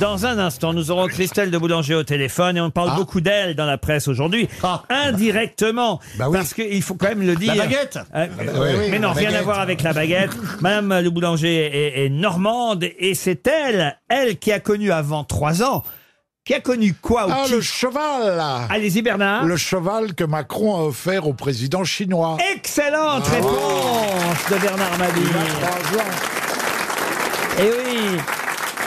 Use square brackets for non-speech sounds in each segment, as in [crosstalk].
Dans un instant, nous aurons Christelle de Boulanger au téléphone et on Ah. parle beaucoup d'elle dans la presse aujourd'hui, indirectement, parce qu'il faut quand même le dire. Bah baguette Euh, La ba- euh, oui, oui, Mais non, la rien à baguette. voir avec la [laughs] baguette. Madame le Boulanger est, est normande et c'est elle, elle qui a connu avant trois ans, qui a connu quoi ou Ah, qui le cheval là. Allez-y Bernard. Le cheval que Macron a offert au président chinois. Eh. Excellente Ah. réponse de Bernard Mabille. Il a trois ans. Eh oui.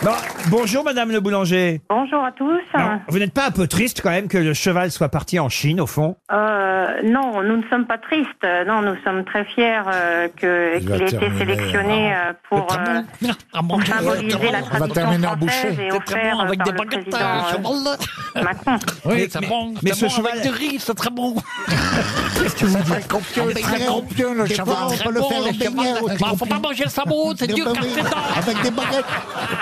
Bon, bonjour Madame le Boulanger. Bonjour à tous. Non, vous n'êtes pas un peu triste quand même que le cheval soit parti en Chine au fond Euh, non, nous ne sommes pas tristes. Non, nous sommes très fiers euh, que- Il qu'il va ait été terminer, sélectionné euh, pour Notamment- euh, [laughs] notamment- symboliser la On va tradition terminer en française bouchée. et offert notamment euh, euh, avec par des le baguettes président à euh, cheval. Macron. Oui, c'est bon. mais c'est ce bon, cheval- Avec du riz, c'est très bon. Très copieux, Avec très des copieux, le cheval. Très bon, le cheval. Bah, faut pas manger le sabot, c'est dur, car c'est dents. Ben Avec des baguettes.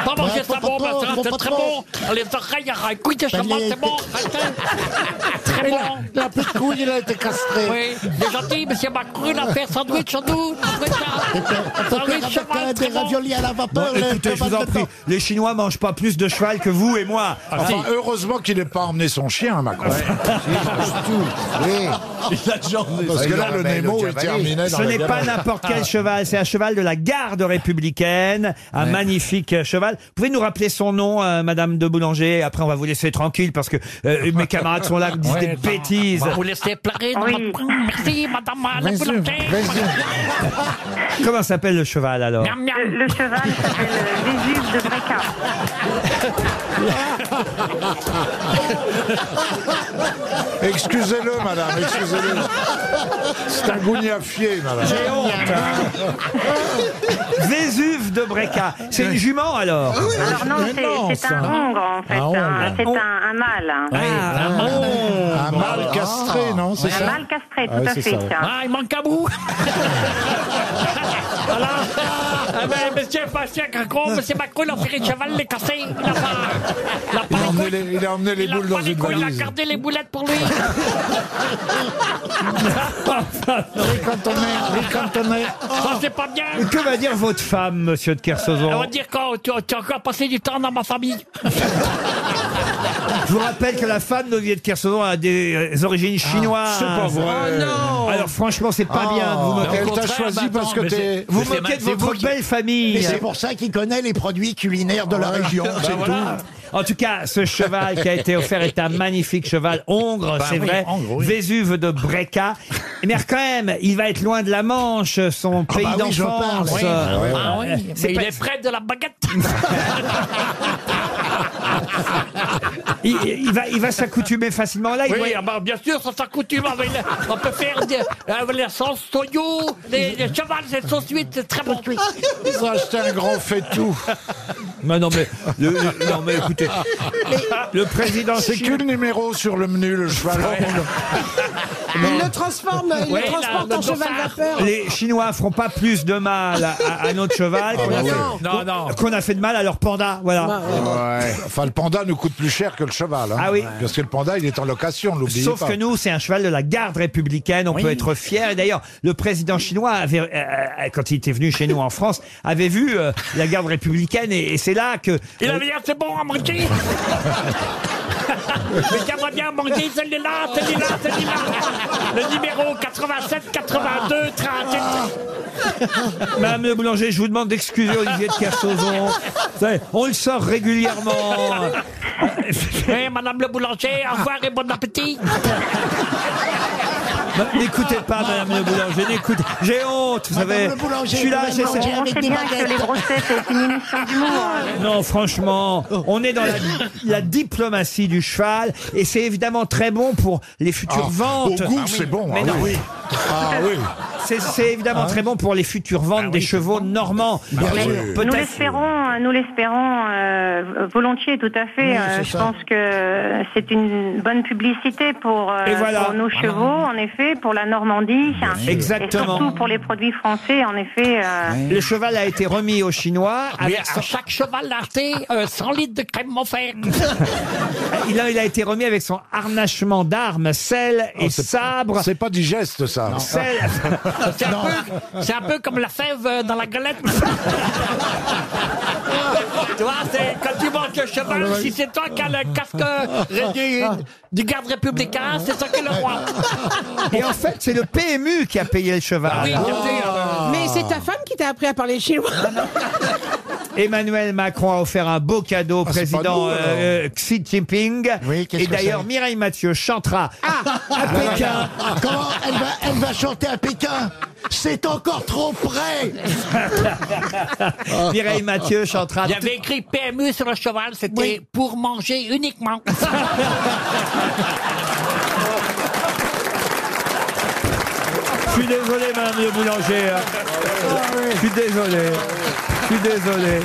Pas manger le faut sabot, pas trop, bah, faut c'est pas très trop. bon. Les oreilles, à écoute, le cheval, les- c'est bon. attends. Très bon. La petite couille, il a été castré. Oui, les gentils, monsieur Macron, il a fait un sandwich sans doute. Sandwich, à- sandwich Avec cheval, euh, des très bon. raviolis à la Bon, vapeur. et écoutez, le je vous en cheval prie, dedans. les Chinois mangent pas plus de cheval que vous et moi. Enfin, heureusement qu'il n'ait pas emmené son chien, hein, Macron. Ah, Parce que là, le Nemo, il Eh terminait dans Ce la n'est pas galère. n'importe Ah. quel cheval, c'est un cheval de la garde républicaine, un magnifique euh, cheval. Vous pouvez nous rappeler son nom, euh, Madame de Boulanger Après, on va vous laisser tranquille parce que euh, mes camarades sont là, qui disent Ouais, des bah, bêtises. bah, Vous laissez pleurer. dans Oui. votre- Merci, madame la Vas-y, boulangère. vas-y. Comment s'appelle le cheval alors Miam, miam. Le, le cheval s'appelle euh, Vésuve de Bréca. Excusez-le, madame, excusez-le. C'est un gougnafier, madame. J'ai honte, [laughs] hein. Vésuve de Bréca. C'est une jument Ah alors Ah, Alors non, c'est- c'est un hongre en fait. hein. C'est hongre. un, un mâle. hein. Ah, Un mâle castré, non C'est Un ça mâle castré, tout oui, à c'est fait. ça, ouais. hein. Ah, il manque à bout. Alors, eh ben, monsieur Bastien Cacron, monsieur Macron, il a fait les cheval, les cassés. Il a pas. Il a pas Il a les emmené couilles. les, il a emmené les Il a boules pas dans les une couilles, Il a valise. gardé les boulettes pour [laughs] lui. Ça, c'est pas bien. Que va dire votre femme, monsieur de On Oh. Kersauzon va dire quand tu, tu as encore passé du temps dans ma famille. Je vous rappelle que la femme d'Olivier de Kersauzon a des euh, origines chinoises. C'est pas vrai. Alors franchement, c'est pas bien de vous moquer. Elle t'a contraire, choisi bah, parce que attends, mais t'es... Vous c'est moquez mal- de c'est votre vous qui- belle famille. Et c'est pour ça qu'il connaît les produits culinaires de la région. c'est Ben Voilà. En tout cas, ce cheval qui a été offert est un magnifique cheval hongre, c'est vrai. Vésuve de Bréca. Mais alors, quand même, il va être loin de la Manche, son pays bah oui, je d'enfance. parle, oui. Euh, Oh. Ah Eh, oui, C'est mais il pas- est près de la baguette. il, il va, il va s'accoutumer facilement. Là, il [laughs] Oui, doit- ah bah, bien sûr, ça s'accoutume. Avec les- on peut faire des, avec les sauces soyo, les, les chevals, les sauces huîtres, c'est très bon. [laughs] Ils ont acheté un grand faitout. Mais non, mais, le- le- non, [laughs] mais écoutez, le président C'est chinois- que le numéro sur le menu, le cheval. Il le transforme, il Ouais, le transporte la- en le cheval dossard. vapeur. Les Chinois feront pas plus de mal à, à- à notre Ah, cheval bah qu'on a, fait- Non, non. qu'on a fait de mal à leur panda. Voilà. Enfin, le panda nous coûte plus cher que le cheval. hein. Ah oui. Parce que le panda, il est en location, l'oubliez Sauf pas. que nous, c'est un cheval de la garde républicaine, on peut être fier. Et d'ailleurs, le président chinois, avait, euh, euh, quand il était venu chez nous en France, avait vu euh, la garde républicaine et, et c'est là que... Il avait dit, Ah, c'est bon à [laughs] manger. Mais j'aimerais bien manger celui-là, celui-là, celui-là. Le numéro 87, 82, 38. Ah. Madame le boulanger, je vous demande d'excuser Olivier de Kersauzon. Vous savez, On le sort régulièrement. Eh, madame le boulanger, au revoir et bon appétit. Ah. Bah, N'écoutez pas Madame le boulanger, n'écoutez. J'ai honte, vous savez. Madame le boulanger, je suis là, vous j'essaie. mangez On avec sait des bien que baguettes. les grossettes, c'est une émission d'humour. Non, franchement, on est [laughs] dans la, la diplomatie du cheval et c'est évidemment très bon pour les futures Ah, ventes. Au goût, c'est bon. Mais ah non. oui. Ah oui. C'est- C'est évidemment très bon pour les futures ventes Ah des chevaux normands. Bah oui. Mais Nous Peut-être. l'espérons, euh, nous l'espérons euh, volontiers, tout à fait. Oui, Euh, c'est je ça. pense que c'est une bonne publicité pour, euh, Et voilà. pour nos chevaux, en effet, pour la Normandie. Exactement. Et surtout pour les produits français, en effet. euh, Le cheval a été remis aux Chinois. Mais avec à chaque cheval acheté, euh, 100 litres de crème offerte. son- il, a, il a été remis avec son harnachement d'armes, selle et sabre. Ah, C'est pas digeste, ça. Selle- C'est un, peu- c'est un peu comme la fève euh, dans la galette. Tu vois, c'est quand tu manges le cheval, si c'est toi qui as le casque euh, du, du garde républicain, c'est toi qui es le roi. Et en fait, c'est le PMU qui a payé le cheval. Ah Oui, bien sûr. Mais c'est ta femme qui t'a appris à parler chinois. Emmanuel Macron a offert un beau cadeau au c'est président pas nous, alors. euh, Xi Jinping. Oui, qu'est-ce Et que c'est d'ailleurs, Mireille Mathieu chantera Ah. à Pékin. Comment elle va, elle va chanter à Pékin C'est encore trop près Ah. Mireille Mathieu chantera. Il y avait écrit PMU sur le cheval, c'était pour manger uniquement. Je suis Ah désolé, Madame le Boulanger. hein. Je suis désolé. Je suis désolé.